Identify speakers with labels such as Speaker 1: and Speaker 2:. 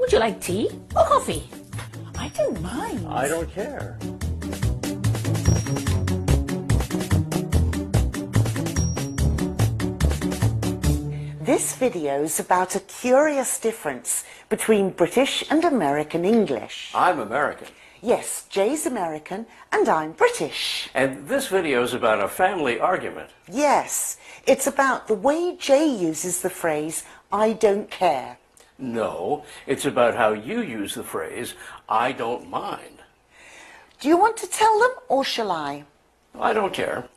Speaker 1: Would you like tea or coffee? I don't mind.
Speaker 2: I don't care.
Speaker 3: This video is about a curious difference between British and American English.
Speaker 2: I'm American.
Speaker 3: Yes, Jay's American and I'm British.
Speaker 2: And this video is about a family argument.
Speaker 3: Yes, it's about the way Jay uses the phrase, I don't care.
Speaker 2: No, it's about how you use the phrase, I don't mind.
Speaker 3: Do you want to tell them or shall I?
Speaker 2: I don't care.